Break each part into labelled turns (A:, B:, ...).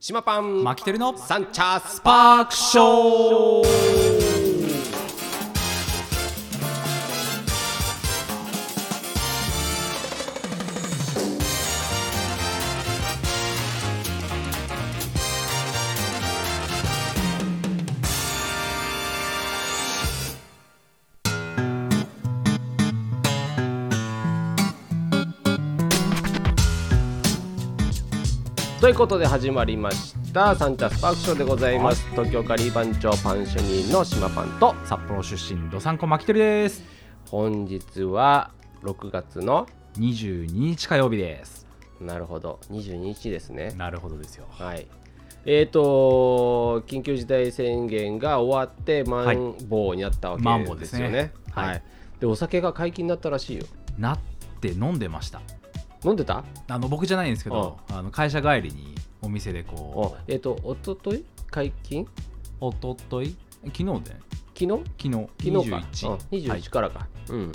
A: 島パン
B: マキテルの
A: サンチャースパ
B: パークショー
A: ということで始まりましたサンチャースパークショーでございます東京カリー番長パン主任の島パンと
B: 札幌出身ドサンコマキテルです
A: 本日は6月の
B: 22日火曜日です
A: なるほど22日ですね
B: なるほどですよ
A: はいえーと緊急事態宣言が終わってマンボウになったわ
B: マン
A: け
B: ボウ
A: で
B: ですす
A: よ
B: ね
A: ねはい、
B: はい
A: でお酒が解禁になったらしいよ
B: なって飲んでました
A: 飲んでた
B: あの僕じゃないんですけどあの会社帰りにお店でこ
A: おえーとおととい解禁
B: うおととい昨日で
A: 昨日
B: 昨日
A: 昨日か
B: 21
A: うん21
B: はい
A: からか、うん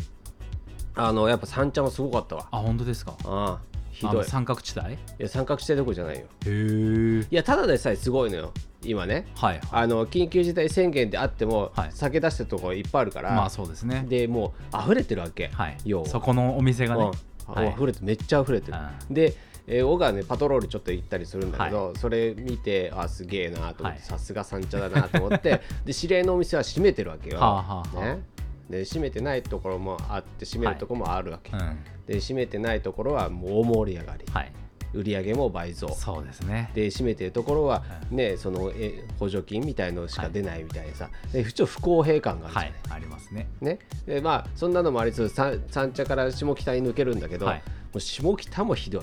A: あのやっぱ三ちゃんはすごかったわ
B: あ本当ですか
A: ああひ
B: あ
A: ど
B: の
A: いい
B: 三角地帯へ
A: や三角してどころじゃないよ
B: え
A: いやただでさえすごいのよ今ね
B: はいはい
A: あの緊急事態宣言であっても、
B: はい
A: 酒出してるところいっぱいあるから、
B: まあそうですね
A: でもう溢れてるわけ、
B: はい
A: 要は
B: そこのお店がね
A: うん
B: はい
A: 溢れてめっちゃ溢れてる、
B: う
A: で、えー、小川ねパトロールちょっと行ったりするんだけど、それ見てあすげえなと思って、
B: はい
A: さすが三茶だなと思って で知り合いのお店は閉めてるわけよ、
B: はあはあはあ
A: ね、で閉めてないところもあって閉めるところもあるわけ、
B: うん
A: で閉めてないところはもう大盛り上がり、
B: はい
A: 売り上げも倍増
B: そうですね
A: で閉めてるところは、ね、そのえ補助金みたいのしか出ないみたいなさ、でちょっと不公平感があるじゃな
B: は
A: い
B: いありますね
A: ねでまあ、そんなのもありつつさ三茶から下北に抜けるんだけど、
B: はい
A: もう下北もひどい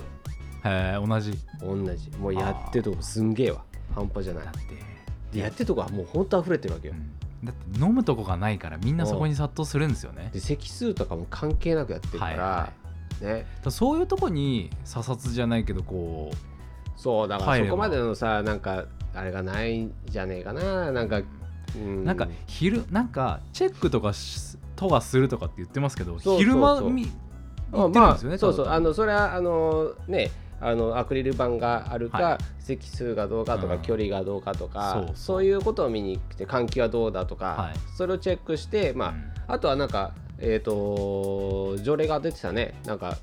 B: へえ同じ
A: 同じもうやってるとこすんげえわ半端じゃない
B: だって
A: でやってるとこはもうほんと溢れてるわけよ、
B: うんだって飲むとこがないからみんなそこに殺到するんですよね
A: で席数とかも関係なくやってるから、
B: はいは
A: ね
B: だからそういうとこに査察じゃないけどこ
A: そうだから
B: 入
A: そ
B: れ
A: こ
B: ば
A: までのさなんかあれがないんじゃねえかななんか、うん、
B: うなんか昼なんかチェックとかしとかするとかって言ってますけど
A: うそうそう
B: 昼間み
A: あ
B: 行ってるん
A: ま
B: ですよね
A: あそうそう
B: ただ
A: あのそれはあのねあのアクリル板があるか、
B: は
A: 席数がどうかとか、
B: うん
A: 距離がどうかとか
B: そ
A: そうう
B: そう
A: いうことを見に来て換気はどうだとか、
B: はい
A: それをチェックして、まあ
B: うん
A: あとはなんか、えっと条例が出てたねなんか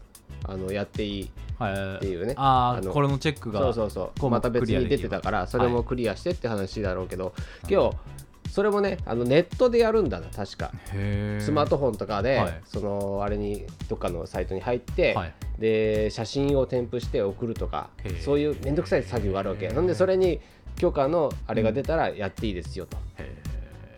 A: あのやっていい
B: はい
A: っていうねあ
B: ああ
A: の
B: これのチェックが
A: そうそうそう
B: 項目
A: また別
B: クリア
A: に
B: でき
A: 出
B: れば
A: てたからそれもクリアしてって話だろうけど、今日それもねあのネットでやるんだな確か。
B: へえ
A: スマートフォンとかで、
B: はい
A: そのあれにどっかのサイトに入って、
B: はい
A: で写真を添付して送るとか
B: へえ
A: そういう面倒くさい作業があるわけ
B: へえ
A: なんでそれに許可のあれが出たらやっていいですよと。
B: へえ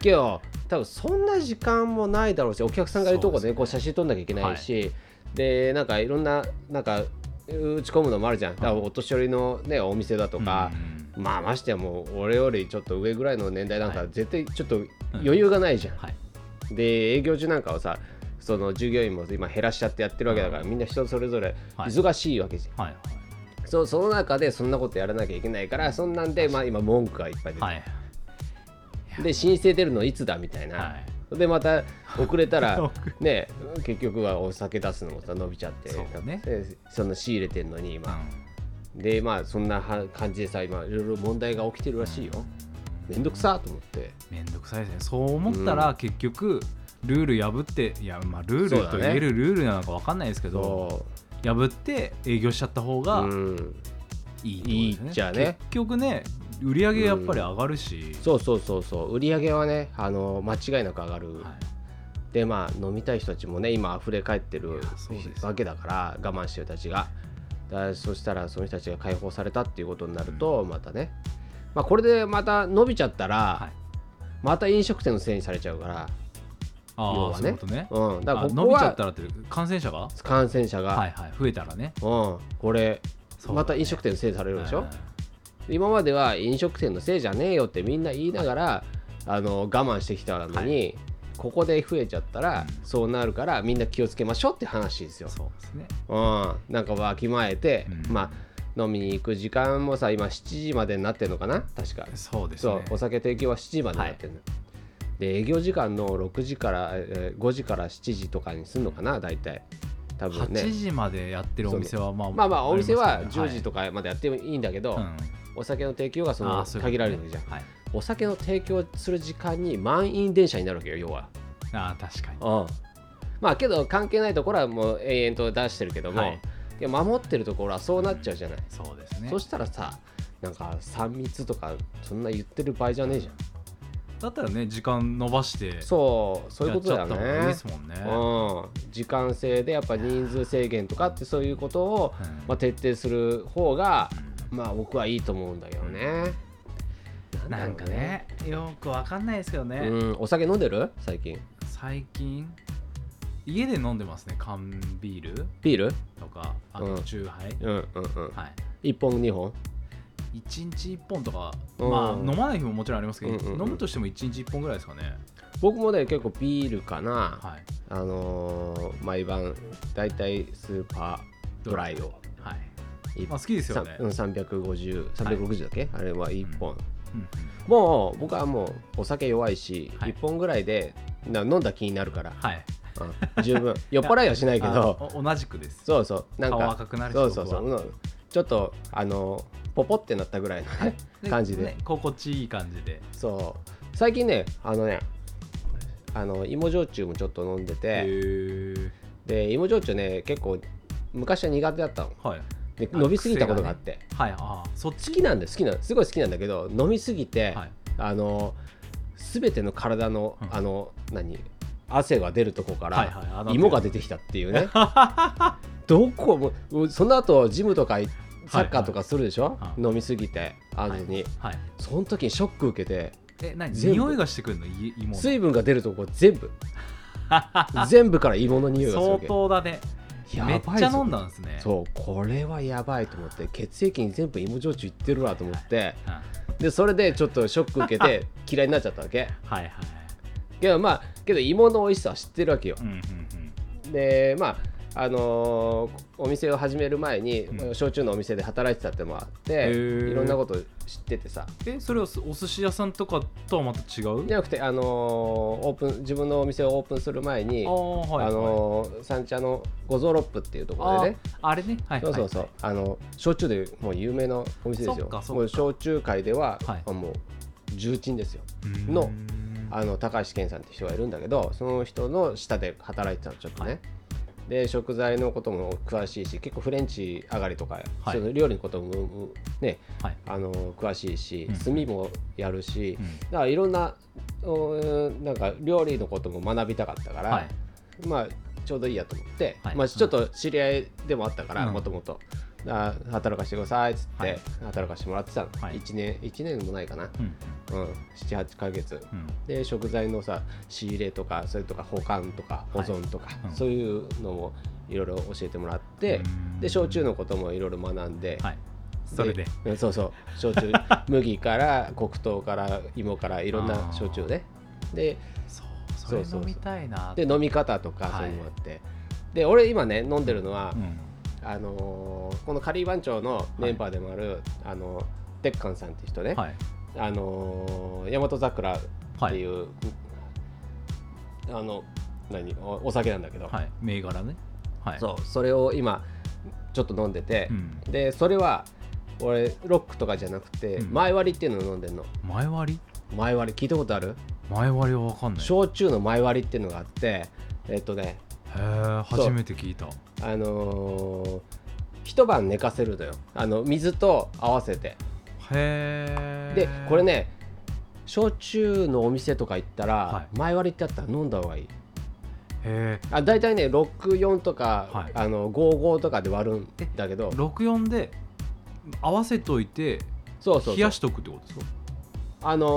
A: けど多分そんな時間もないだろうしお客さんがいるところでね
B: そ
A: こ
B: う
A: う
B: です
A: 写真撮んなきゃいけないし、でなんかいろんななんか打ち込むのもあるじゃん、だからお年寄りの、ね、お店だとか
B: う、ん
A: まあましてやもう俺よりちょっと上ぐらいの年代なん
B: は
A: か
B: い
A: 絶対ちょっと余裕がないじゃん、
B: はい
A: で営業中なんかはさその従業員も今減らしちゃってやってるわけだから、みんな人それぞれ
B: はい
A: 忙しいわけじゃん、
B: はい
A: そその中でそんなことやらなきゃいけないからそんなんで、まあ、今文句がいっぱい出て、
B: はいはい
A: るで申請出るのいつだみたいな、
B: はい
A: でまた遅れたら
B: 遅
A: ね結局はお酒出すのもさ伸びちゃって
B: そうね
A: でその仕入れてんのに
B: う
A: 今、
B: ん
A: でまあそんなは感じでさ今いろいろ問題が起きてるらしいよめんどくさと思って
B: めんどくさいですねそう思ったら結局ルール破っていやまあルー
A: そう
B: ル
A: だ
B: と
A: ね
B: 言えるルールなのか分かんないですけど、
A: そ
B: 破って営業しちゃった方
A: う
B: が
A: うん
B: いいってことです
A: いいっちゃね
B: 結局ね売り上げやっぱり上がるし、
A: そうそうそうそう売り上げはねあの間違いなく上がる、
B: はい
A: でまあ飲みたい人たちもね今溢れ返って
B: い
A: る
B: やそうですよ
A: わけだから我慢してる人たちがだからそしたらその人たちが解放されたっていうことになると、またね、まあ、これでまた伸びちゃったら、
B: はい
A: また飲食店のせいにされちゃうから、
B: あ
A: 要
B: あ、
A: は
B: そうい
A: ね
B: うことね、
A: うん、だから
B: あ
A: こ
B: 伸
A: こ
B: びちゃ
A: は
B: ったらって感染者が
A: 感染者が、
B: はいはい増えたらね
A: うん、これ、
B: そう
A: ま
B: だね
A: た飲食店のせいにされるでしょ、
B: はい
A: 今までは飲食店のせいじゃねえよってみんな言いながらあの我慢してきたのに、
B: は
A: ここで増えちゃったら、
B: うん
A: そうなるからみんな気をつけましょうって話ですよ。
B: そうですね
A: うん、なんかわきまえて、
B: うん
A: まあ飲みに行く時間もさ今7時までになってるのかな確か
B: そうです
A: そう,、
B: ね
A: お酒提供は7時までになってるの、で営業時間の6時から、えー5時から7時とかにするのかな大体多分ね
B: 8時までやってるお店はまあ
A: まあまあお店は10時
B: と
A: とかまでやってもいいんだけど、
B: か、はいうん
A: お酒の提供がそ
B: あ
A: の
B: あそうい
A: 限
B: うことね
A: られるわけじゃん
B: はい、
A: お酒の提供する時間に満員電車になるわけよ要は
B: あー確かに
A: うんまあけど関係ないところはもう永遠と出してるけども、
B: はいい、
A: や守ってるところはそうなっちゃうじゃない、
B: そうですね
A: そしたらさなんか3密とかそんな言ってる場合じゃねえじゃん
B: だったらね時間伸ばして
A: そうそういうこ
B: やっ
A: と
B: ち
A: だよ
B: ゃった方がいい
A: ね
B: ですもんね
A: うん、時間制でやっぱ人数制限とかってそういうことを、
B: うん
A: まあ、徹底する方がまあ僕はいいと思うんだけどね。だ
B: な
A: ろ
B: ん
A: う
B: かねよくわかんないですけどね、
A: うん、お酒飲んでる最近。
B: 最近家で飲んでますね缶ビール
A: ビール
B: とかあ
A: う
B: と
A: ん
B: チューハイ、
A: うんうんうん。
B: はい
A: 1本2本
B: 1日1本とか、
A: うん
B: まあ飲まない日ももちろんありますけど、
A: うんうんうん
B: 飲むとしても1日1本ぐらいですかね
A: 僕もね結構ビールかな、
B: はい
A: あのー毎晩だいたいスーパードライを
B: はい、
A: 一
B: まあ、好きですよね、
A: うん350、360だっけ、あれは1本、
B: うん
A: もう僕はもうお酒弱いし、
B: はい
A: 1本ぐらいでな飲んだ気になるから、
B: はい
A: うん十分酔っ払いはしないけど
B: あお同じくです
A: そうそうなん
B: 顔
A: か
B: 赤くなるし
A: そうそうそ
B: 僕
A: う、
B: は
A: うんちょっとあのポポってなったぐらいのね、感じで、
B: ね心地いい感じで
A: そう最近ねあのねあの芋焼酎もちょっと飲んでて
B: へえ
A: で芋焼酎ね結構昔は苦手だったの
B: はい
A: で
B: あ
A: 飲みすぎたことがあって、
B: はいああそっ
A: 好
B: ち
A: きなんだよ好きなんすごい好きなんだけど飲みすぎて、
B: はい
A: あの全ての体の
B: うん
A: あの、何汗が出るとこか
B: はいはい
A: ら
B: あの
A: 芋が出てきたっていう ねどこももうその後ジムとか行サッカーとかするでしょ、
B: はい
A: 飲みすぎてあのに、
B: はい
A: その時にショック受けて
B: え何
A: 全部
B: 匂いがしてくるのい芋の
A: 水分が出るとこ全 部全部から芋の匂いがする
B: 相
A: わけ
B: 当だね
A: やば
B: め
A: い
B: っ
A: ぞ
B: ちゃ飲んだんですねう、
A: そうこれはやばいと思って血液に全部芋焼酎いってるわと思って
B: ん、はい
A: でそれでちょっとショック受け て嫌いになっちゃったわけ
B: はい
A: けどまあけど芋の美味しさは知ってるわけよ
B: うんうんうん
A: でまああのーお店を始める前に、
B: うん
A: 焼酎のお店で働いてたってのもあっ
B: へ
A: て
B: ー
A: いろんなこと知っててさ
B: えそれはお寿司屋さんとかとはまた違う
A: じゃなくて、あのーオープン自分のお店をオープンする前に
B: あーはい
A: あのー三茶の五蔵六府っていうところでね
B: あーあれねはい
A: そうそうそう、あの焼酎でもう有名なお店です
B: そ
A: よ
B: っかそっか
A: もう焼酎界では、
B: はい
A: あもう重鎮ですよ
B: はいはい
A: の
B: うーん
A: あの高橋健さんって人がいるんだけどその人の下で働いてたのちょっとね、
B: はい
A: で食材のことも詳しいし結構フレンチ上がりとか、
B: はい
A: その料理のこともうんね
B: はい
A: あの詳しいし
B: うん
A: 炭もやるし、
B: うん
A: だからいろんなうんなんか料理のことも学びたかったから、
B: はい
A: まあちょうどいいやと思って、
B: はい
A: まあ、ちょっと知り合いでもあったから
B: うん
A: もともと働かせてくださいっつって、
B: はい
A: 働かせてもらってたの、
B: はい
A: 1年1年もないかな、
B: うん
A: うん、78ヶ月
B: うん
A: で食材のさ仕入れとかそれとか保管とか保
B: はい
A: 存とか、
B: うん
A: そういうのもいろいろ教えてもらって
B: う、ん
A: で焼酎のこともいろいろ学んで、
B: はいそれで
A: うんそうそう焼 酎麦から黒糖から芋からいろんな焼酎ねで
B: そう
A: そ
B: そうれ
A: そうそう
B: 飲みたいな
A: で飲み方とかそう
B: はい
A: いうのもあって、で俺今ね飲んでるのは、
B: うん
A: あのーこのカリー番長のメンバーでもある、あのーデッカンさんって人ね、
B: はい
A: あのー、大和桜っていう、あの何おお酒なんだけど、
B: はい銘柄ねはい
A: そうそれを今ちょっと飲んでて、
B: ん
A: でそれは俺ロックとかじゃなくて、
B: うん
A: 前割りっていうのを飲んでんの
B: 前割り
A: 前割り聞いたことある、
B: 前割りはわかんないへ
A: 焼酎の前割りっていうのがあってえっとね
B: え
A: そう
B: 初めて聞いた
A: あのー一晩寝かせるのよあの水と合わせて
B: へえ
A: でこれね焼酎のお店とか行ったら、
B: は
A: 前割りってあったら飲んだ方がいい
B: へえ
A: あ大体ね64とか、
B: はい
A: あの55とかで割るんだけど
B: 64で合わせといて
A: そうそう
B: 冷
A: そ
B: や
A: う
B: しとくってことですか
A: あのー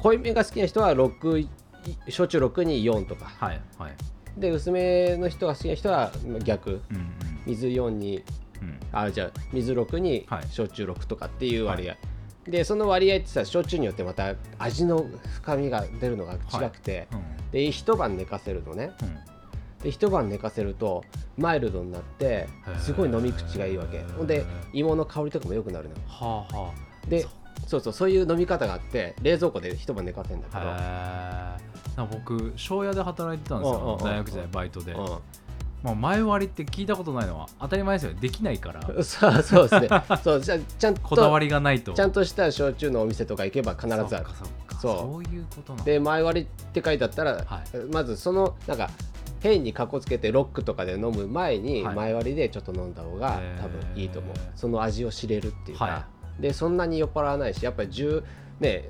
A: 濃いめが好きな人は6い焼酎6に4とか
B: はいはい
A: で薄めの人が好きな人は逆
B: うん
A: 水4に
B: うんうん
A: あじゃあ水6に
B: はい
A: 焼酎6とかっていう割合、でその割合ってさ焼酎によってまた味の深みが出るのが違くて、
B: うん
A: で一晩寝かせるのね
B: うん
A: で一晩寝かせるとマイルドになって
B: ー
A: すごい飲み口がいいわけほんで芋の香りとかも良くなるのよ
B: はあは
A: でそうそうそういう飲み方があって冷蔵庫で一晩寝かせるんだけど
B: あへえ僕庄屋で働いてたんです
A: うんうんう
B: よ
A: ん
B: 大学時代バイトで、
A: うん
B: ままあ、前割りって聞いたことないのは当たり前ですよねできないから
A: そうそうですねそうじゃちゃんと
B: こだわりがないと
A: ちゃんとした焼酎のお店とか行けば必ずあ
B: そう
A: る
B: かそうか
A: そう
B: そういうことなんだ
A: で前割りって書いてあったら、
B: は
A: まずそのなんか変にかこつけてロックとかで飲む前に
B: はい
A: 前割りでちょっと飲んだ方が
B: へー
A: 多分いいと思う、その味を知れるっていうか、
B: は
A: でそんなに酔っ払わないしやっぱり10ね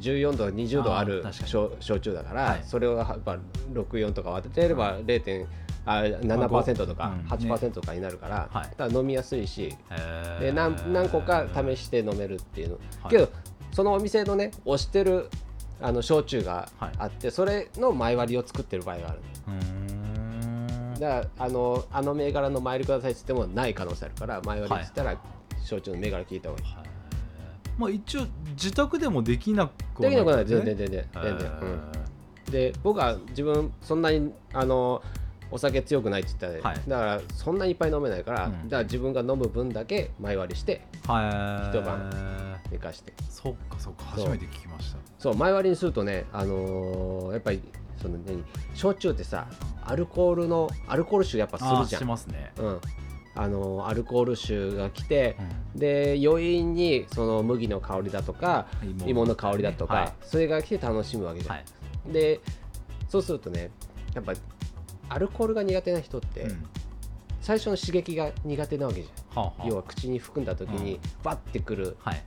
A: 14度20度ある
B: あー確かに
A: 焼焼酎だから、
B: はい
A: それをやっぱ64とかを当ててれば0点、あ7%とか
B: うんね
A: 8%とかになるから,、
B: はい
A: だから飲みやすいし
B: へー
A: で何何個か試して飲めるっていうの、
B: はい
A: けどそのお店のね推してるあの焼酎があって、それの前割りを作ってる場合がある
B: うーん
A: だからあのあの銘柄の前割りくださいって言ってもない可能性あるから前割りって言ったら、焼酎の銘柄聞いた方がいい
B: へーまあ一応自宅でもできなく
A: で
B: は
A: きなくない
B: ですね
A: 全然全然全然、
B: へー
A: うんで僕は自分そんなにあのお酒強くないって言ったで、
B: はい
A: だからそんなにいっぱい飲めないから、
B: うん
A: だから自分が飲む分だけ前割りして
B: はい
A: 一晩寝かして
B: そっかそっか
A: そう
B: 初めて聞きました
A: そう前割りにするとね、あのーやっぱりその何焼酎ってさアルコールのアルコール臭やっぱす
B: あ
A: る
B: ー
A: じゃ
B: し
A: ん、
B: ますね、
A: うんあのーアルコール臭が来て
B: う、ん
A: で余韻にその麦の香りだとか芋の香りだとか、
B: は
A: それが来て楽しむわけじ
B: い、
A: ゃん、
B: はい
A: でそうするとねやっぱアルコールが苦手な人って、
B: うん
A: 最初の刺激が苦手なわけじ
B: はあは
A: ゃ
B: あ
A: ん要は口に含んだ時
B: う
A: に
B: ん
A: バッてくる
B: はい、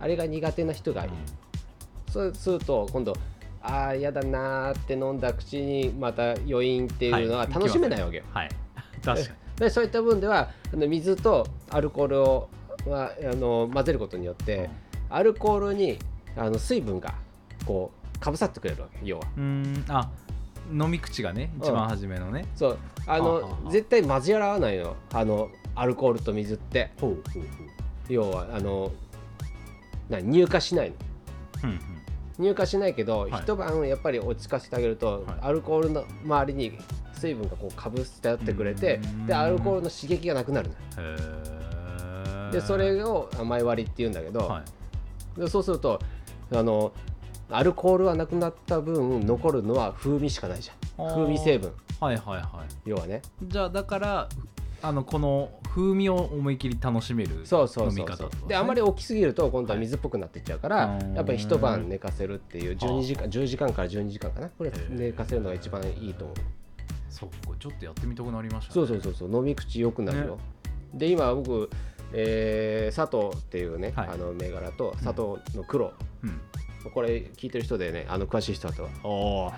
A: あれが苦手な人がいるそうすると今度あーやだなーって飲んだ口にまた余韻っていうのは楽しめないわけよ、
B: はい、確かに
A: でそういった分ではあの水とアルコールを、まあ、あの混ぜることによってアルコールにあの水分がこうかぶさってくれるわけ要は
B: うーんあ飲み口がね
A: ん
B: 一番初めのね、
A: そうあ
B: はあは
A: の
B: あ
A: 絶対混ぜ合わないのあのアルコールと水って
B: ほうほうほ
A: 要はあのな乳化しないの
B: う、うんうん、
A: 乳化しないけど、
B: はい
A: 一晩やっぱり落ち着かせてあげると、
B: はい
A: アルコールの周りに水分がこうかぶせてあってくれて
B: うん
A: でアルコールの刺激がなくなるの
B: へー
A: でそれを前割りって言うんだけど、
B: はい
A: でそうするとあのアルコールはなくなった分残るのは風味しかないじゃん
B: あー
A: 風味成分
B: はいはいはい
A: 要はね
B: じゃあだからあのこの風味を思い切り楽しめる
A: そうそう
B: 飲
A: そ
B: み
A: う
B: 方
A: そ
B: と
A: う
B: かね
A: であまり大きすぎると今度は水っぽくなっていっちゃうから、
B: はい
A: やっぱり一晩寝かせるっていう
B: う
A: 12
B: ん
A: 時間10時間から12時間かなこれ
B: ー
A: 寝かせるのが一番いいと思う
B: そっかちょっとやってみたくなりましたね
A: そうそうそうそう飲み口良くなるよ、で今僕、えー、佐藤っていうね、
B: はい
A: あの銘柄と佐藤の黒、
B: うん
A: これ聞いてる人でねあの詳しい人だ と「おお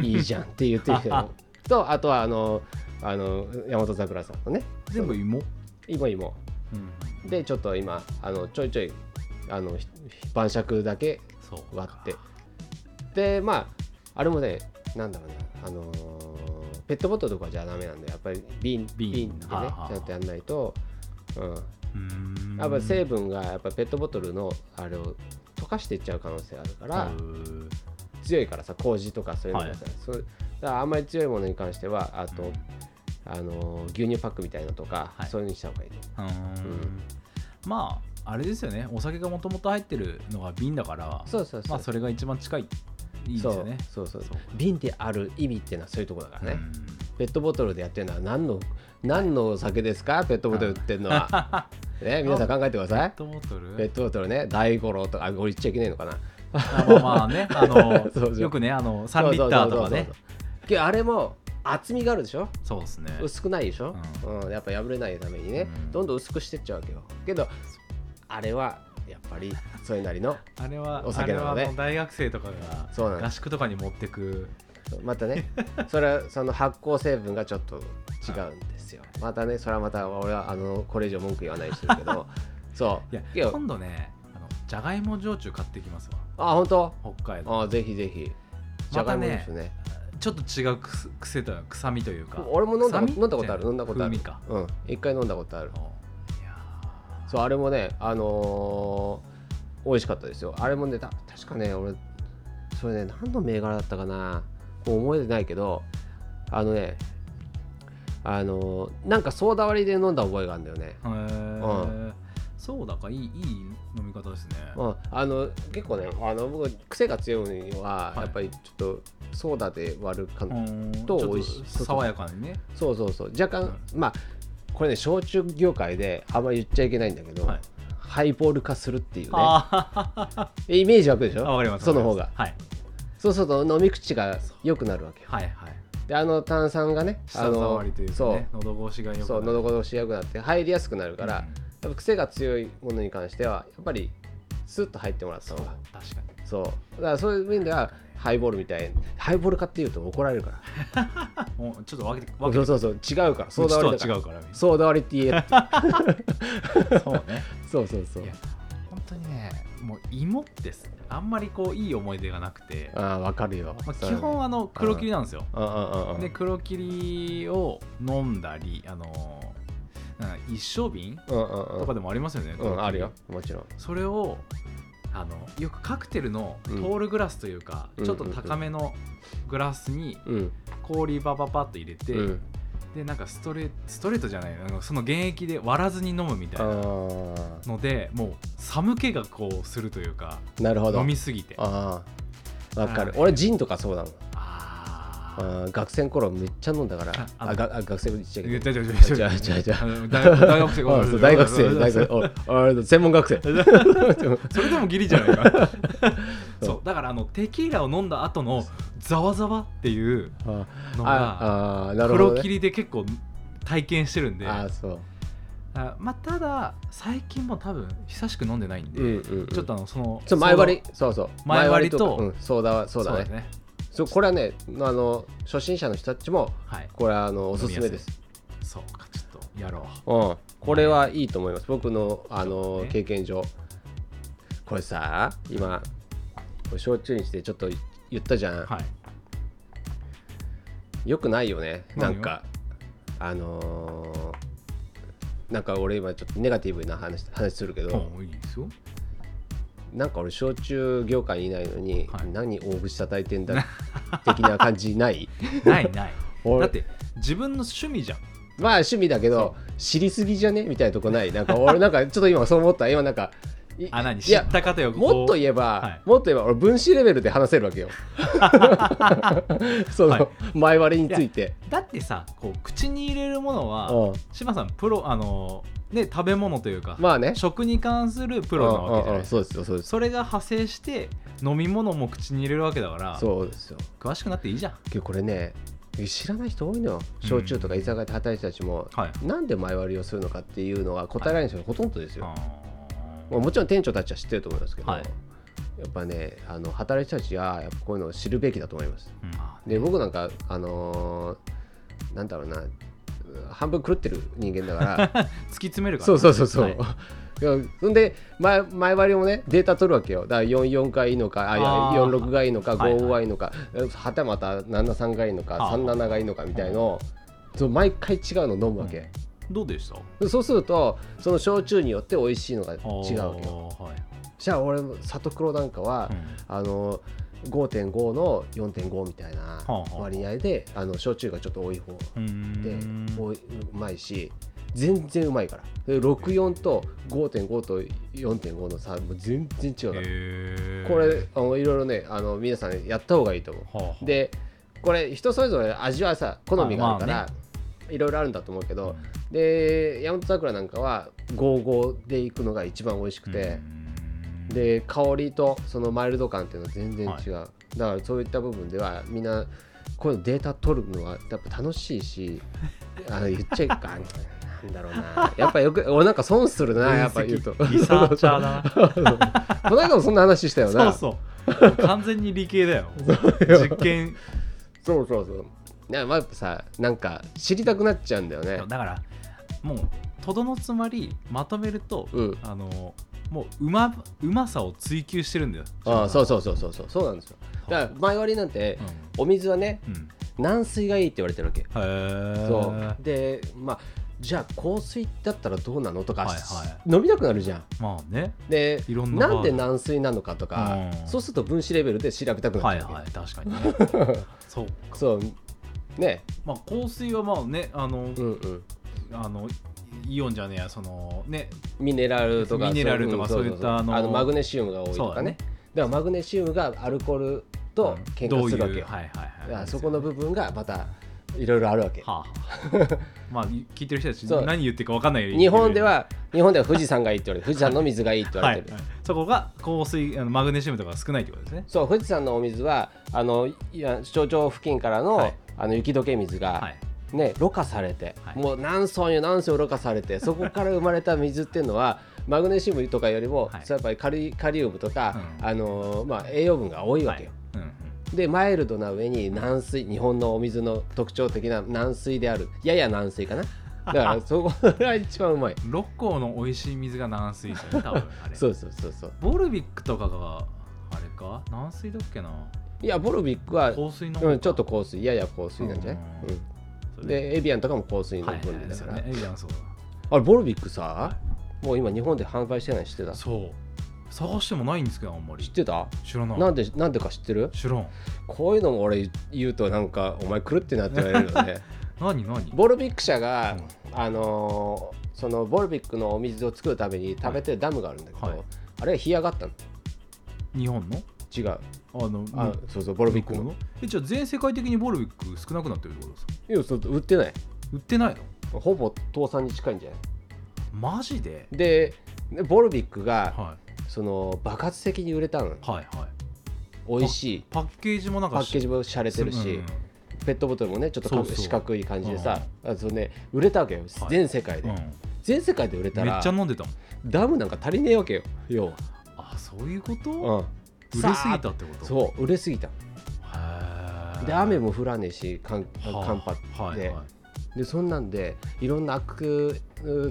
A: いいじゃん」って言ってる人もとあとはあのあの大和桜さんのね
B: 全部芋、
A: 芋芋
B: うん、
A: でちょっと今あのちょいちょいあのひ晩酌だけ
B: そう
A: 割ってでまああれもねなんだろうねあのーペットボトルとかじゃダメなんだよやっぱり瓶
B: 瓶
A: 瓶でねち
B: はあはあ
A: ゃんとやんないと、う
B: うーん
A: ん、やっぱ成分がやっぱペットボトルのあれを溶かしていっちゃう可能性あるから、
B: へー
A: 強いからさ麹とかそういうのがさ、
B: は
A: そうだからあんまり強いものに関してはあと、
B: うん
A: あのー牛乳パックみたいなとか、
B: はい
A: そういうのにした方がいいね
B: うーんまああれですよねお酒がもともと入ってるのが瓶だから
A: そうそうそう、
B: まあそれが一番近いいいですよね
A: そうそうそう
B: そう
A: 瓶である意味っていうのはそういうところだからね、
B: うん
A: ペットボトルでやってるのは何の何のお酒ですかペットボトル売ってるのは、 ね、皆さん考えてください
B: ペットボトル
A: ペットボトルね大五郎とかあこれ言っちゃいけないのかな
B: あまあま あねあの
A: そうそう
B: よくねあの3リッターと
A: そうそうそ
B: か
A: う
B: ね
A: そうけどあれも厚みがあるでしょ
B: そうですね
A: 薄くないでしょ、
B: う
A: うんやっぱ破れないためにね、
B: うん
A: どんどん薄くしてっちゃうわけよけどあれはやっぱりそれなりの
B: あれは
A: お酒なの
B: あ
A: ね
B: れはもう大学生とか
A: そうなん
B: が
A: です
B: 合宿とかに持ってく
A: またねそれはその発酵成分がちょっと違うんです よまたねそれはまた俺はあのこれ以上文句言わないですけ どそ
B: いうや
A: けど
B: 今度ねあのじゃがいも焼酎買ってきますわ
A: あ本当
B: 北海道
A: あぜひぜひじゃ
B: ま
A: が
B: た
A: いも
B: ね
A: ですね
B: ちょっと違うくす癖と臭みというか
A: 俺も飲んだ
B: 臭み
A: 飲んだことある飲んだことある
B: 風味か
A: うん一回飲んだことある
B: そういや
A: そうあれもねあのー美味しかったですよあれもねた確かね俺それね何の銘柄だったかなもう思えてないけどあのねあのーなんかソーダ割りで飲んだ覚えがあるんだよね、
B: ーへ
A: う
B: ーそうだかいいいい飲み方ですね
A: うん、あの結構ねあの僕癖が強いのは
B: はい
A: やっぱりちょっとソーダで割る感
B: う
A: じ、
B: ん
A: と
B: ちょ
A: 美
B: っ
A: 味しい
B: と爽やかにね
A: そうそうそう若干、まあこれね焼酎業界であんまり言っちゃいけないんだけど、
B: はい
A: ハイボール化するっていうね
B: あ
A: イメージ湧くでし
B: あ
A: ょ
B: わかります
A: その方が
B: はい
A: そうすると飲み口が良くなるわけよ
B: はいはい
A: であの炭酸がねあ
B: 舌
A: の
B: 触りというか
A: そ
B: ね喉越しがよ
A: う
B: く
A: そう
B: なる
A: 喉越し良くなって入りやすくなるから、
B: うん
A: やっぱ癖が強いものに関してはやっぱりスッと入ってもらった
B: そう
A: 方が
B: 確かに
A: そうだからそういう面ではハイボールみたいにハイボール化っていうと怒られるから
B: もうちょっと分けて
A: そ
B: 分けて
A: うそうそう違うからソーダ割りだから
B: うちとは違うから
A: ソーダ割りって言えって
B: そうね
A: そうそうそう
B: いや本当にねもう芋ってすあんまりこういい思い出がなくて、
A: ああ分かるよ、
B: まあ、基本あの黒霧なんですよ
A: うんうんうんうん
B: で黒霧を飲んだりあのーなんか一升瓶
A: うんうんうん
B: とかでもありますよね、
A: うん
B: 黒霧
A: あるよもちろん
B: それをあのよくカクテルのトールグラスというか、
A: うん
B: ちょっと高めのグラスに
A: うん
B: 氷ババパッと入れて、
A: うん
B: でなんかストレストレートじゃないあのその原液で割らずに飲むみたいな
A: あ
B: のでもう寒気がこうするというか
A: あなるほど
B: 飲みすぎてあ
A: ああわか
B: あ
A: る
B: ー
A: 俺ジンとかそうだもん
B: あー
A: あー学生の頃めっちゃ飲んだから
B: ああ
A: あがあ学生の時
B: いや
A: 言っちゃ
B: 大丈夫
A: う
B: 大
A: じ
B: 丈
A: ゃあじゃあじゃあ
B: 夫大大学生ごめん
A: あ
B: なさ
A: そ
B: いう
A: 大学生大
B: ごめんなさい
A: 学生おあ専門学生
B: それでもギリじゃない か
A: そう
B: そうだからあのテキーラを飲んだ後のざわざわっていう
A: あ
B: のが
A: ああーなるほど、
B: 黒
A: ね、
B: 霧で結構体験してるんで
A: ああそう
B: あまあただ最近も多分久しく飲んでないんで、
A: うんうんうん
B: ちょっとあのその
A: そう前割りそうそう
B: 前割りと
A: 前割かうん、そうだそうだね
B: ね
A: そうこれはねあの初心者の人たちも
B: はい
A: これはあのおすすめです
B: そうかちょっとやろう
A: うん、これはいいと思います僕のあ
B: そう
A: の
B: ね
A: 経験上これさ今これ焼酎にしてちょっと言ったじゃん、
B: はい
A: よくないよねな
B: 何
A: ん
B: よ
A: かあのーなんか俺今ちょっとネガティブな話話するけど、
B: うんいいですよ
A: なんか俺焼酎業界にいないのに、
B: はい
A: 何大口叩いてんだ的な感じ ない
B: ない ない
A: 俺
B: だって自分の趣味じゃん
A: まあ趣味だけど知りすぎじゃねみたいなとこないなんか俺なんかちょっと今そう思った今なんかい
B: あ何
A: い
B: 知
A: や
B: った方よ
A: もっと
B: え
A: 言えば、
B: はい
A: もっと言えば俺分子レベルで話せるわけ よその、
B: はい
A: 前割りについて
B: だってさこう口に入れるものは
A: うん
B: 志麻さんプロあのね食べ物というか、
A: まあね
B: 食に関するプロなわけじゃ
A: うんうんう
B: ないで
A: ん
B: す
A: そうですよそうです
B: それが派生して飲み物も口に入れるわけだから
A: そうですよ
B: 詳しくなっていいじゃん
A: けどこれね知らない人多いのよ焼酎とか居酒屋で働いてた人たちも、
B: はい
A: なんで前割りをするのかっていうのは答えられない人がほとんどですよ、
B: あ
A: まあ、もちろん店長たちは知ってると思いますけど、
B: はい
A: やっぱねあの働いてる人たちはやっぱこういうのを知るべきだと思います
B: ーうんあ
A: で僕なんかあのーなんだろうな半分狂ってる人間だから
B: 突き詰めるから
A: そうそうそうそう。
B: はいい
A: やそんで前前割りもねデータ取るわけよだから44がいいのかあいや
B: あー
A: 46がいいのか
B: はいはい
A: 55がいいのか、はたまた73がいいのか
B: あー
A: 37がいいのかみたいのをそう毎回違うの飲むわけ、
B: どうでした
A: そうするとその焼酎によって美味しいのが違うわけよ
B: あーはい
A: じゃあ俺も里黒なんかは、
B: うん
A: あの5.5の4.5みたいな
B: あはあ
A: 割合であの焼酎がちょっと多い方
B: うー
A: で
B: ん
A: おいうまいし全然うまいからで64と5.5と4.5の差もう全然違うから、
B: へー
A: これあのいろいろねあの皆さんやった方がいいと思
B: はあはあ
A: うでこれ人それぞれ味はさ好みがあるから、
B: まあ
A: いろいろあるんだと思うけ
B: う
A: ど、
B: ん
A: で山本桜なんかは55でいくのが一番美味しくて、で香りとそのマイルド感っていうのは全然違う、だからそういった部分ではみんなこういうデータ取るのはやっぱ楽しいし あの言っちゃいかんなんだろうなやっぱよく俺なんか損する
B: うん
A: なやっぱ言うと
B: 分析 リサーチャー
A: だ
B: だ
A: この間もそんな話したよ
B: な
A: な
B: そうそうもう完全に理 系だよ実験
A: そうそうそうねまあやっぱさなんか知りたくなっちゃうんだよね
B: だからもうとどのつまりまとめると
A: うん
B: あのもううまうまさを追求してるんだよ
A: ああそうそうそうそうそうそうなんですよだから前割りなんてお水はね
B: うんうん
A: 軟水がいいって言われてるわけ
B: へえ
A: そうでまあじゃあ香水だったらどうなのとか、
B: はいは
A: 飲みたくなるじゃん
B: まあね
A: で
B: いろんな
A: なんで軟水なのかとか、
B: うん
A: そうすると分子レベルで調べたくな
B: は
A: っ
B: い
A: ちゃうわけ、
B: はい確かにね そう
A: そうね
B: まあ香水はまあねあの
A: うんうん
B: あのイオンじゃねえやそのね
A: ミネラルとか
B: ミネラルとか
A: ん
B: そういったあの
A: あのマグネシウムが多いと
B: そう
A: か
B: だ
A: ね
B: ね
A: だからマグネシウムがアルコールと喧嘩するわ
B: ど
A: け
B: ういう
A: よ、
B: はいはいはい、
A: あそこの部分がまたいろいろあるわけ
B: はあはあ、まあ聞いてる人たち
A: そう
B: 何言ってるか分かんないよ
A: 日本では日本では富士山がいいって言われて富士山の水がいいって言わ
B: は
A: れ
B: い
A: てる、、
B: はいそこが香水あのマグネシウムとかが少ないってことですね
A: そう富士山のお水はあのいや頂上付近からの,、
B: はい
A: あの雪解け水が、
B: はい
A: ね、ろ過されて、
B: はい
A: もう何層に何層ろ過されてそこから生まれた水っていうの はマグネシウムとかよりも、
B: はい
A: そうやっぱりカリカリウムとか、
B: うん
A: あのーまあ、栄養分が多いわけよ。
B: うんうん
A: でマイルドな上に軟水日本のお水の特徴的な軟水であるやや軟水かなだ からそこが一番うまい
B: 六甲の美味しい水が軟水ですよね多分あれ
A: そうそうそうそう
B: ボルビックとかがあれか軟水だっけない
A: やボルビックは、
B: 香水の、
A: うん、ちょっと香水やや香水なんじゃない、
B: うん
A: うん、でエビアンとかも香水の
B: はいはい
A: 分
B: は
A: 類
B: い
A: だから、
B: そうねエビアンそうだ
A: あれボルビックさ、
B: は
A: もう今日本で販売してないの知ってた知
B: そう探してもないんですけどあんまり
A: ってた
B: 知らない
A: なんでなんでか知ってる
B: 知らん
A: こういうのも俺言うとなんかお前狂ってんなって言われるので
B: 何何
A: ボルビック社が、あのーそのボルビックのお水を作るために食べてるダムがあるんだけど、
B: はい
A: あれは干上がったの
B: 日本の
A: 違う
B: あの
A: あ、
B: 向
A: そうそうボルビック
B: 向こう
A: の
B: のえじゃあ全世界的にボルビック少なくなってるってことですか
A: いやそう売ってない
B: 売ってないの
A: ほぼ倒産に近いんじゃない
B: マジで、
A: ででボルビックが、
B: は
A: その爆発的に売れたの
B: い、はいはい
A: 美味しい
B: パッケージもなんか
A: パッケージも洒落てるし、ペットボトルもねちょっとか
B: そうそう
A: 四角い感じでさ、あそうね、売れたわけよ
B: はい
A: 全世界
B: う
A: で、
B: んうん
A: 全世界で売れた
B: めっ
A: ら
B: ちゃ飲んでたもん
A: ダムなんか足りねえわけよ要は
B: あそういうこと、売
A: うん、
B: れすぎたってこと
A: そう売れすぎた
B: へえ
A: で雨も降らねえし寒
B: はあ
A: 寒波
B: はい
A: で,、
B: はい
A: でそんなんでいろんな悪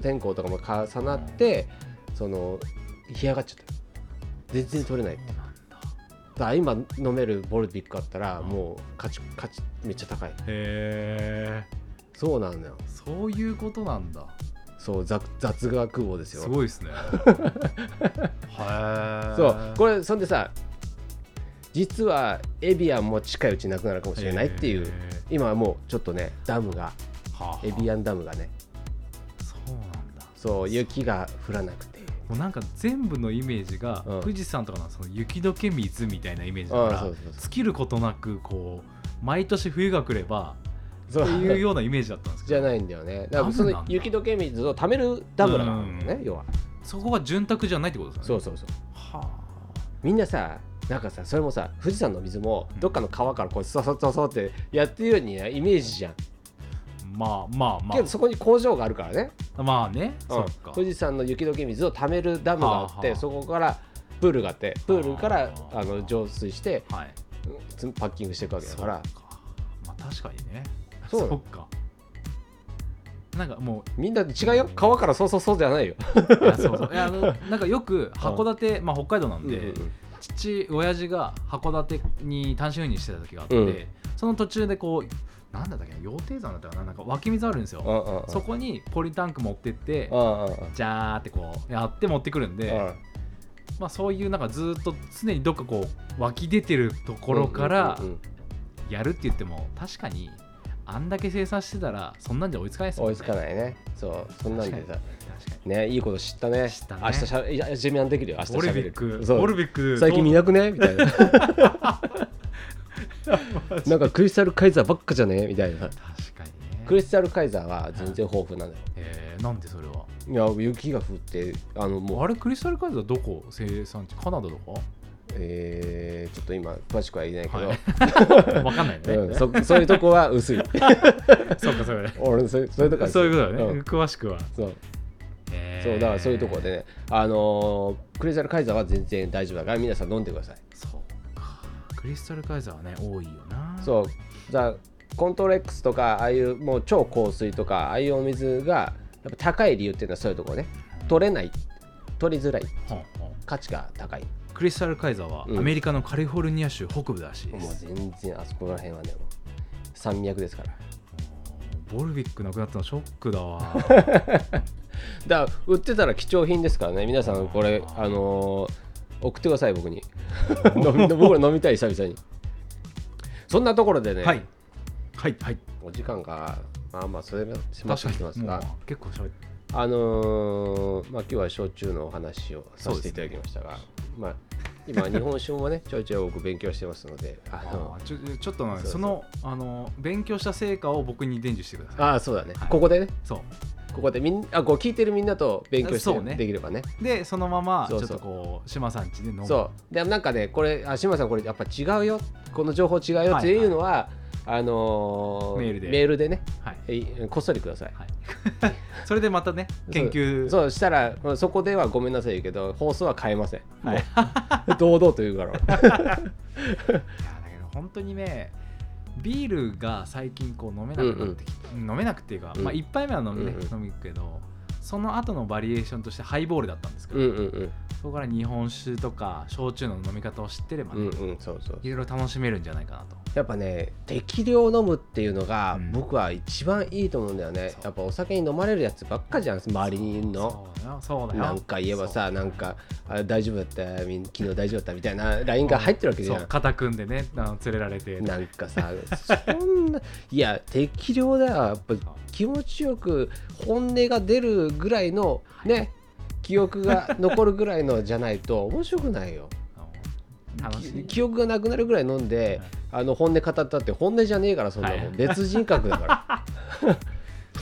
A: 天候とかも重なってその干上がっちゃった全然取れない
B: そうなんだ
A: だから今飲めるボルビックあったら
B: うん
A: もう価値価値めっちゃ高い
B: へえ
A: そうなのよ
B: そういうことなんだ
A: そう雑雑学王ですよ
B: すご いですねへえ
A: そうこれそんでさ実はエビアンも近いうちなくなるかもしれないっていう、
B: へえ
A: 今はもうちょっとねダムが
B: はあはあ
A: エビアンダムがね
B: そうなんだ
A: そう雪が降らなくて
B: もうなんか全部のイメージが、
A: うん
B: 富士山とかのその雪解け水みたいなイメージだ
A: あ
B: か
A: あ
B: ら
A: そうそうそう
B: 尽きることなくこう毎年冬が来れば
A: そ
B: っていう
A: う
B: ようなイメージだったんですけ
A: じ
B: ど
A: ゃないんだよねだから
B: ダムなんだ
A: その雪解け水を貯めるダムだからね
B: うん
A: 要は
B: そこが潤沢じゃないってことです
A: そ
B: よ
A: う
B: ね
A: そうそう
B: はあ
A: みんなさなんかさそれもさ富士山の水もどっかの川からこうそそそそってやってるようにねイメージじゃん
B: まあまあま
A: けどそこに工場があるからね
B: あまあね、
A: う
B: そ
A: ん
B: っか
A: 富士山の雪解け水を貯めるダムがあっ
B: はあは
A: て
B: あ
A: そこからプールがあってプールから
B: はあ
A: あの浄水して
B: はい
A: つパッキングしていくわけだから
B: そっかまあ確かにね
A: そうな
B: そ
A: の
B: っかなんかもう
A: みんな違うよ川からそうそうそうじゃないよ
B: いやそうそういやあのなんかよく函館、まあ、北海道なんで、父親父が函館に単身赴任してた時があって、
A: うん
B: その途中でこうなんだったっけな羊蹄山だったかななんか湧き水あるんですよ、そこにポリタンク持ってって、ジャーってこうやって持ってくるんで、まあ、そういうなんかずっと常にどっかこう湧き出てるところからやるって言っても確かにあんだけ生産してたらそんなんじゃ追いつかないですもん
A: 追い
B: ね
A: つかないねそうそんなんでさ
B: 確かに
A: ねいいこと知ったね
B: 知ったね
A: 明日しゃいやジェミアンできるよ明日
B: ボ
A: し
B: ル
A: ゃべ
B: ビ
A: れ
B: ッ
A: る
B: ク
A: そう
B: ボルビック
A: 最近見
B: な
A: なくねみた いななんかクリスタルカイザーばっかじゃねみたいな
B: 確かに
A: ク
B: ね
A: リスタルカイザーは全然豊富なのよ
B: えー、なんでそれはい
A: や雪が降ってあのもう
B: あれクリスタルカイザーどこ生産地カナダとか
A: えーちょっと今詳しくは言えないけど、
B: はい わかんないね。
A: うん、そそういうとこは薄 い
B: そうかそうか。
A: 俺そういうそういうとこは薄
B: そういうことだね。
A: うん
B: 詳しくは。
A: そう
B: へ
A: そ
B: ー
A: うだからそういうところ。でね、あのークリスタルカイザーは全然大丈夫だから皆さん飲んでください
B: そうか。クリスタルカイザーはね多いよな。う。
A: そうだからコントレックスとかああいうもう超香水とかああいうお水がやっぱ高い理由っていうのはそういうところね取れない取りづらい
B: ほんほん
A: 価値が高い
B: クリスタルカイザーは
A: うん
B: アメリカのカリフォルニア州北部らしいで
A: もう
B: す。
A: 全然あそこら辺はねもう山脈ですから
B: ボルビックなくなったのショックだわ。
A: だから売ってたら貴重品ですからね皆さんこれあのー送ってください僕に 飲 み僕ら飲みたい久々にそんなところでね、
B: はい。はいはい。
A: お時間がまあまあそれも迫ってきてます
B: も
A: が
B: う結構しゃべって
A: あのーまあ今日は焼酎のお話をさせていただきましたがまあ今日本酒もね ちょいちょい僕勉強してますのであの
B: あーちょちょっとなんか
A: そうそう
B: そのあの勉強した成果を僕に伝授してください
A: ああそうだね、
B: はい
A: ここでね
B: そ
A: ここでみんあこう聞いてるみんなと勉強し
B: そ
A: て
B: うね
A: できればね
B: うでそのままち
A: そ
B: ょ
A: う
B: っ
A: そう
B: とこう志麻さん家で飲む
A: そうでなんかねこれあ志麻さんこれやっぱ違うよこの情報違うよっていうのは、あのー
B: メールで
A: メールでね
B: はい、
A: えこっそりください
B: はい、 それでまたね研究
A: そうしたらうんそこではごめんなさい言うけど放送は変えません、
B: はい、いや
A: もう 堂々と言うから
B: だけど本当にねビールが最近こう飲めなくなってきて、飲めなくっていうか、
A: うん
B: まあ、1杯目は飲む,、ね
A: うんうん
B: 飲むけどその後のバリエーションとしてハイボールだったんですけ
A: う
B: ど、
A: んうんうん
B: そこから日本酒とか焼酎の飲み方を知ってれば
A: う
B: ね、
A: んうんそうそう
B: いろいろ楽しめるんじゃないかなと
A: やっぱね適量飲むっていうのが
B: うん
A: 僕は一番いいと思うんだよね、
B: そう
A: やっぱお酒に飲まれるやつばっかじゃん周りにいるの
B: そうだよそうだよ
A: なんか言えばさなんかあれ大丈夫だったみん昨日大丈夫だったみたいな LINE が入ってるわけじゃ
B: そうん肩組んでねあの連れられて
A: なんかさそんないや適量だよやっぱ
B: そう
A: 気持ちよく本音が出るぐらいのね記憶が残るぐらいのじゃないと 面白くないよ
B: あの楽しい
A: 記憶がなくなるぐらい飲んで
B: はい
A: あの本音語ったって本音じゃねえからそんなも
B: は
A: ん
B: い
A: 別人格だか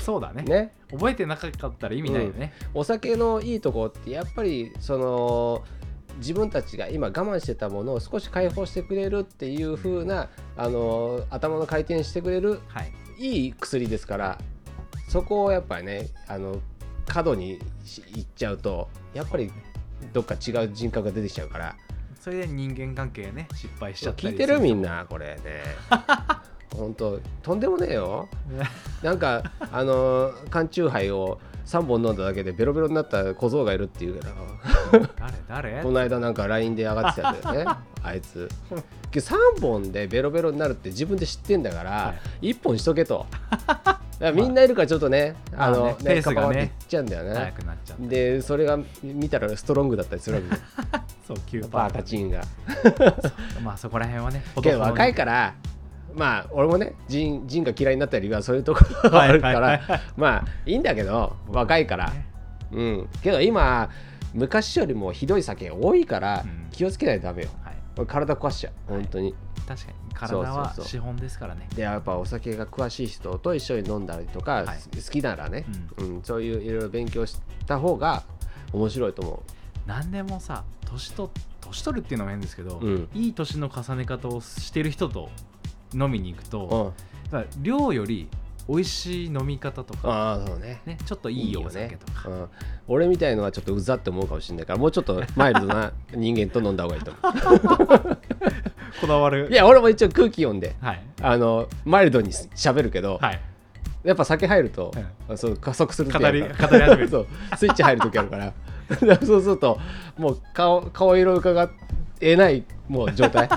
B: そうだね
A: らね
B: 覚えてなかったら意味ないよね、
A: お酒のいいとこってやっぱりその自分たちが今我慢してたものを少し解放してくれるっていう風なあの頭の回転してくれる
B: はい
A: いい薬ですからそこをやっぱりねあの過度にしいっちゃうとやっぱりどっか違う人格が出てきちゃうから
B: それで人間関係ね失敗しちゃった
A: 聞
B: り
A: いてるみん
B: な
A: なこれね本当とんでもねえよなんかあの缶チューハイを3本飲んだだけでベロベロになった小僧がいるっていうけど
B: 誰誰
A: この間なんか LINE で上がってたんだ よねあいつ3本でベロベロになるって自分で知ってんだから、
B: は
A: 1本しとけ とだからみんないるからちょっとね、
B: まあ
A: あ
B: ま
A: の
B: あねペースがね
A: カバーっていっちゃうんだよね、
B: 早くなっちゃった
A: でそれが見たらストロングだったりするわけ です
B: そう9
A: バーカチンが
B: まあそこら辺はね
A: けど若いからまあ俺もねジンジンが嫌いになった理由はそういうところがあるから、
B: はいはい
A: まあいいんだけど
B: ほどほど
A: 若いから、
B: ね
A: うんけど今昔よりもひどい酒多いから
B: うん
A: 気をつけないとダメよ
B: はい
A: これ体壊しちゃう本当に
B: 確かに体は
A: そうそうそう
B: 資本ですからね
A: でやっぱお酒が詳しい人と一緒に飲んだりとか、
B: はい
A: す好きならね、うんそういういろいろ勉強した方が面白いと思
B: 何でもさ年と年取るっていうのも変ですけど、
A: うん
B: いい年の重ね方をしてる人と飲みに行く
A: う、
B: と、
A: うん、
B: だから量より美味しい飲み方とか、
A: ああそうね
B: ね、ちょっといいお酒と
A: い
B: か、
A: いよねうん、俺みたいのはちょっとうざって思うかもしれないからもうちょっとマイルド な人間と飲んだ方がいいと 思
B: こだわ
A: うい
B: る
A: や俺も一応空気読んで
B: はい
A: あのマイルドに喋るけど、
B: はい
A: やっぱ酒入ると、そう加速する時あるから
B: 語り語り始める
A: そうスイッチ入る時あるから そうするともう顔顔色をうかがえないもう状 態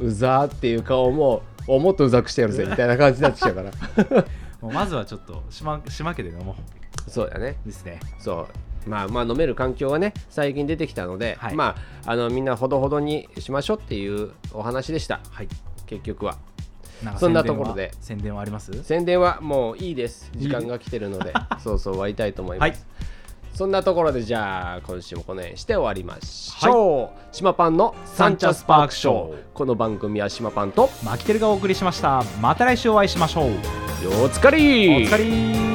A: うざーっていう顔もおもっとうざくしてやるぜみたいな感じになってきちゃうから
B: もうまずはちょっと島島家で飲も
A: そうだね
B: うですね
A: そうまあまあ飲める環境がね最近出てきたので、
B: はい
A: まああのみんなほどほどにしましょうっていうお話でした
B: はい
A: 結局は
B: か
A: そんな
B: 宣伝は
A: ところで
B: 宣伝はあります
A: 宣伝はもういいです時間が来てるので そうそう終わりたいと思います、
B: はい
A: そんなところでじゃあ今週もこの辺して終わりましょう、島パンのサンチャスパークショーこの番組は島パンと
B: マキテルがお送りしましたまた来週お会いしましょう
A: おつかり
B: お疲れ